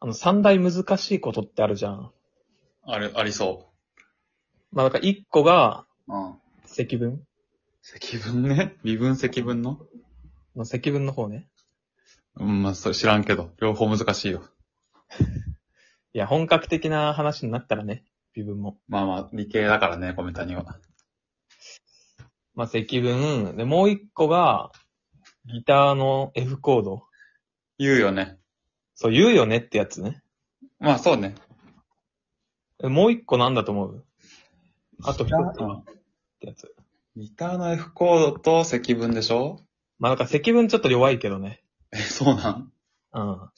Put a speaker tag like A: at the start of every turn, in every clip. A: あの、三大難しいことってあるじゃん。
B: あれ、ありそ
A: まあ、なんか一個が
B: う。うん。
A: 積分
B: 積分ね。微分積分の
A: の積分の方ね。
B: うん、まあ、それ知らんけど、両方難しいよ。
A: いや、本格的な話になったらね、微分も。
B: まあまあ、理系だからね、コメンタには。
A: まあ、積分。で、もう一個が、ギターの F コード。
B: 言うよね。
A: そう、言うよねってやつね。
B: まあ、そうね。
A: えもう一個なんだと思うあと一つっ
B: うん
A: てやつ。
B: ギターの F コードと積分でしょ
A: まあ、なんか積分ちょっと弱いけどね。
B: え、そうなん
A: うん。もう一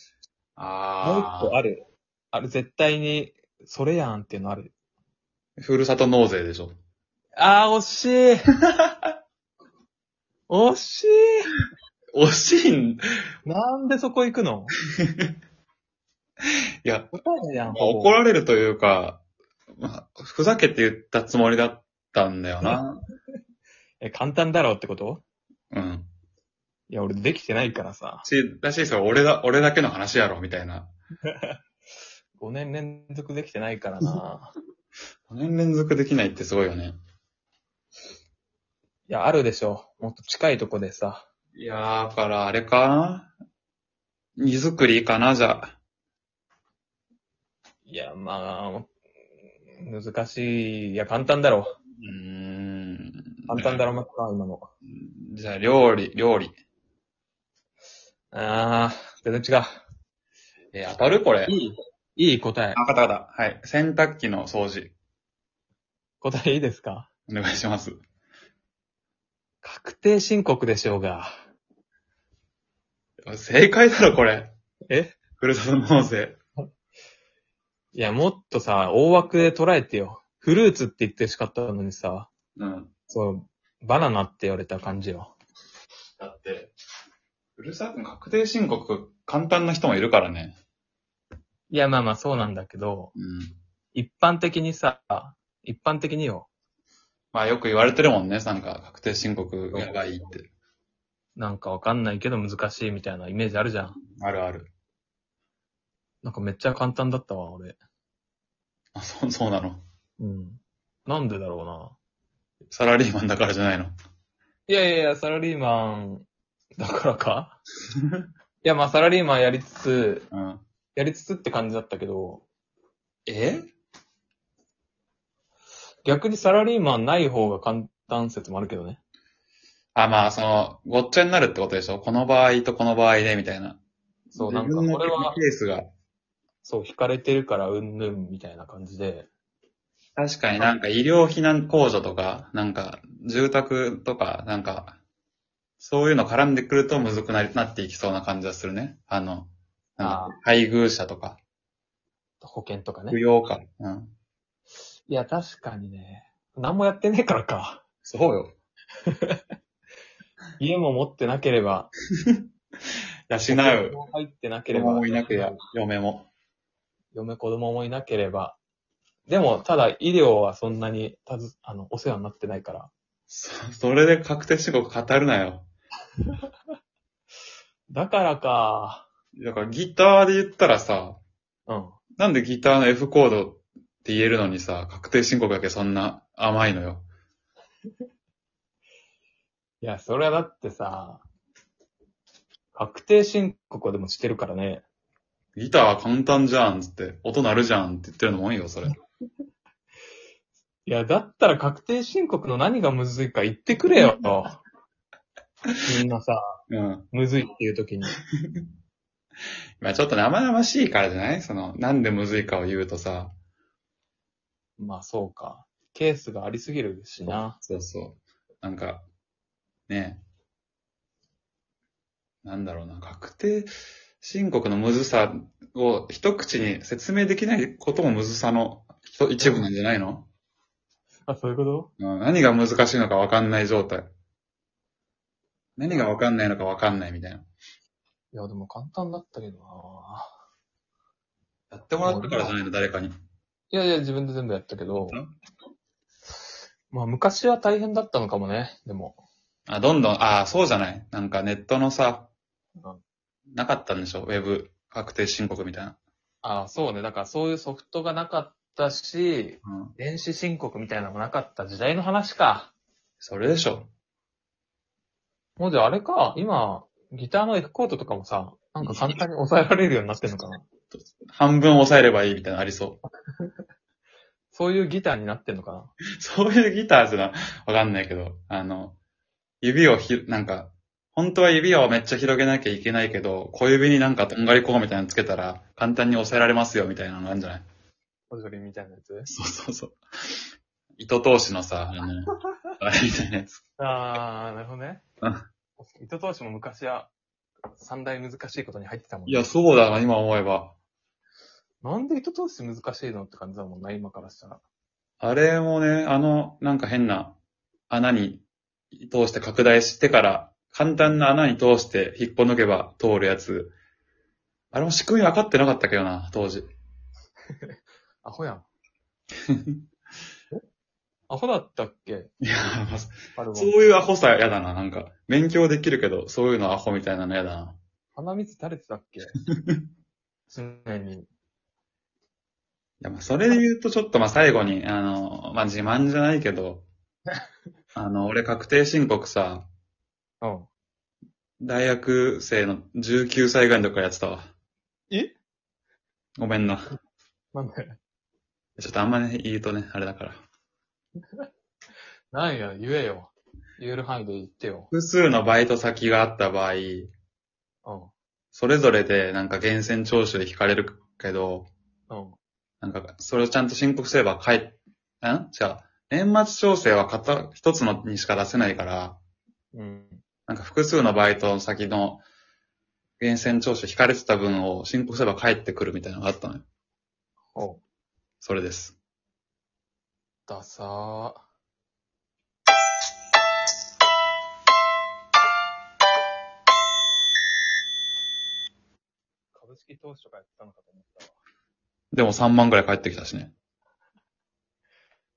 B: ああ。
A: 個ある。あれ、絶対に、それやんっていうのある。
B: ふるさと納税でしょ
A: あー、惜しい 惜しい
B: 惜しいん、い
A: なんでそこ行く の
B: や、
A: 答えやん。
B: まあ
A: ほぼ
B: 怒られるというか、まあ、ふざけて言ったつもりだったんだよな。
A: え、簡単だろうってこと
B: うん。
A: いや、俺できてないからさ。
B: し、だし、それ俺だ、俺だけの話やろ、みたいな。
A: 5年連続できてないから な。
B: 5年連続できないってすごいよね。
A: いや、あるでしょ。もっと近いとこでさ。
B: いやー、だからあれか荷造りかな、じゃあ。
A: いや、まあ、難しい。いや、簡単だろ
B: うーん。
A: う。簡単だろ、マッカー、今の。
B: じゃあ、料理、料理。
A: あー、全然違
B: えー当たるこれ
A: う。。いいいい答え。
B: あ、かたかた。はい。洗濯機の掃除。
A: 答えいいですか
B: お願いします。
A: 確定申告でしょうが。
B: 正解だろ、これ。
A: え
B: ふるさと納税。
A: いや、もっとさ、大枠で捉えてよ。フルーツって言ってほしかったのにさ、
B: うん。
A: そう、バナナって言われた感じよ。
B: だって、ふるさとの確定申告、簡単な人もいるからね。
A: いや、まあまあそうなんだけど、
B: うん。
A: 一般的にさ、一般的によ、
B: まあ、よく言われてるもんね、なんか、確定申告やばいって。
A: なんかわかんないけど難しいみたいなイメージあるじゃん。
B: あるある。
A: なんかめっちゃ簡単だったわ、俺。
B: あ、そう、そうなの。
A: うん。なんでだろうな。
B: サラリーマンだからじゃないの。
A: いやいやいや、サラリーマン、だから かいや、まあサラリーマンやりつつ、
B: うん。
A: やりつつって感じだったけど、
B: え
A: 逆にサラリーマンない方が簡単説もあるけどね。
B: あ、まあ、その、ごっちゃになるってことでしょこの場合とこの場合で、みたいな。
A: そう、なんか
B: 自分の
A: これは、
B: ケースが。
A: そう、惹かれてるからうんぬんみたいな感じで、
B: 確かになんか医療避難控除とか、なんか住宅とか、なんか、そういうの絡んでくるとむずくなりなっていきそうな感じがするね。あの、なん
A: あ
B: か配偶者とか、
A: 保険とかね
B: 扶。養か。うん。
A: いや、確かにね。何もやってねえからか。
B: そうよ。
A: 家も持ってなければ、
B: 養う。
A: も入ってなけ
B: 子
A: れば、
B: 供もいなけりゃ、嫁も。
A: 嫁子供もいなければ。でも、ただ医療はそんなにたず、あの、お世話になってないから。
B: そそれで確定申告語るなよ。
A: だからか。
B: だからギターで言ったらさ、
A: うん。
B: なんでギターの F コードって言えるのにさ、確定申告だけそんな甘いのよ。
A: いや、それはだってさ、確定申告はでもしてるからね。
B: ギターは簡単じゃんっつって、音鳴るじゃんって言ってるのも多いよ、それ。
A: いや、だったら確定申告の何がむずいか言ってくれ よ。みんなさ、
B: うん。
A: むずいっていう時に。
B: まあちょっと生々しいからじゃないその、なんでむずいかを言うとさ。
A: まあそうか。ケースがありすぎるしな。
B: そうそう。なんか、ねえ。なんだろうな、確定申告のむずさを一口に説明できないこともむずさの一一部なんじゃないの、
A: あ、そういうこと
B: うん、何が難しいのかわかんない状態。何がわかんないのかわかんないみたいな。
A: いや、でも簡単だったけどな。
B: やってもらったからじゃないの、誰かに。
A: いやいや、自分で全部やったけど
B: ん。
A: まあ昔は大変だったのかもね、でも。
B: あ、どんどん、ああ、そうじゃない。なんかネットのさ
A: うん、
B: なかったんでしょウェブ確定申告みたいな。
A: あそうね。だからそういうソフトがなかったし、
B: うん。
A: 電子申告みたいなのもなかった時代の話か。
B: それでしょ。
A: もうじゃああれか、今、ギターのエフコートとかもさ、なんか簡単に抑えられるようになってんのかな。
B: 半分押さえればいいみたいなのありそう。
A: そういうギターになってんのかな。
B: そう いうギターってのはわかんないけど、あの、指をひ、なんか、本当は指をめっちゃ広げなきゃいけないけど、小指になんかとんがりこうみたいなのつけたら、簡単に押さえられますよみたいなのあるんじゃない
A: 踊りみたいなやつ。
B: そうそうそう。糸通しのさ、あの、あれみたいなやつ。
A: あー、なるほどね
B: うん。
A: 糸通しも昔は、三大難しいことに入ってたもん
B: い
A: ね。
B: や、そうだな、今思えば。
A: なんで糸通し難しいのって感じだもんな、今からしたら。
B: あれもね、あの、なんか変な穴に通して拡大してから、簡単な穴に通して引っこ抜けば通るやつ。あれも仕組み分かってなかったけどな、当時。
A: アホや ん。えアホだったっけ
B: いや、まあ
A: あれは
B: そういうアホさやだな、なんか。勉強できるけど、そういうのアホみたいなのやだな。
A: 鼻水垂れてたっけ 常に。
B: いや、まあ、それで言うとちょっと、まあ、最後に、あの、まあ、自慢じゃないけど、あの、俺確定申告さ、
A: うん。
B: 大学生の19歳ぐらいの時からやってたわ。
A: え
B: ごめんな。
A: なんで
B: ちょっとあんまね、言うとね、あれだから。
A: なんや、言えよ。言える範囲で言ってよ。
B: 複数のバイト先があった場合、
A: うん。
B: それぞれでなんか源泉徴収で引かれるけど、
A: うん。
B: なんか、それをちゃんと申告すれば帰っ、んじゃあ、年末調整は片、一つのにしか出せないから、
A: うん。
B: なんか複数のバイト先の源泉徴収引かれてた分を申告すれば帰ってくるみたいなのがあったのよ。
A: おう。
B: それです。
A: ダサー。株式投資とかやってたのかと思ったわ。
B: でも3万ぐらい帰ってきたしね。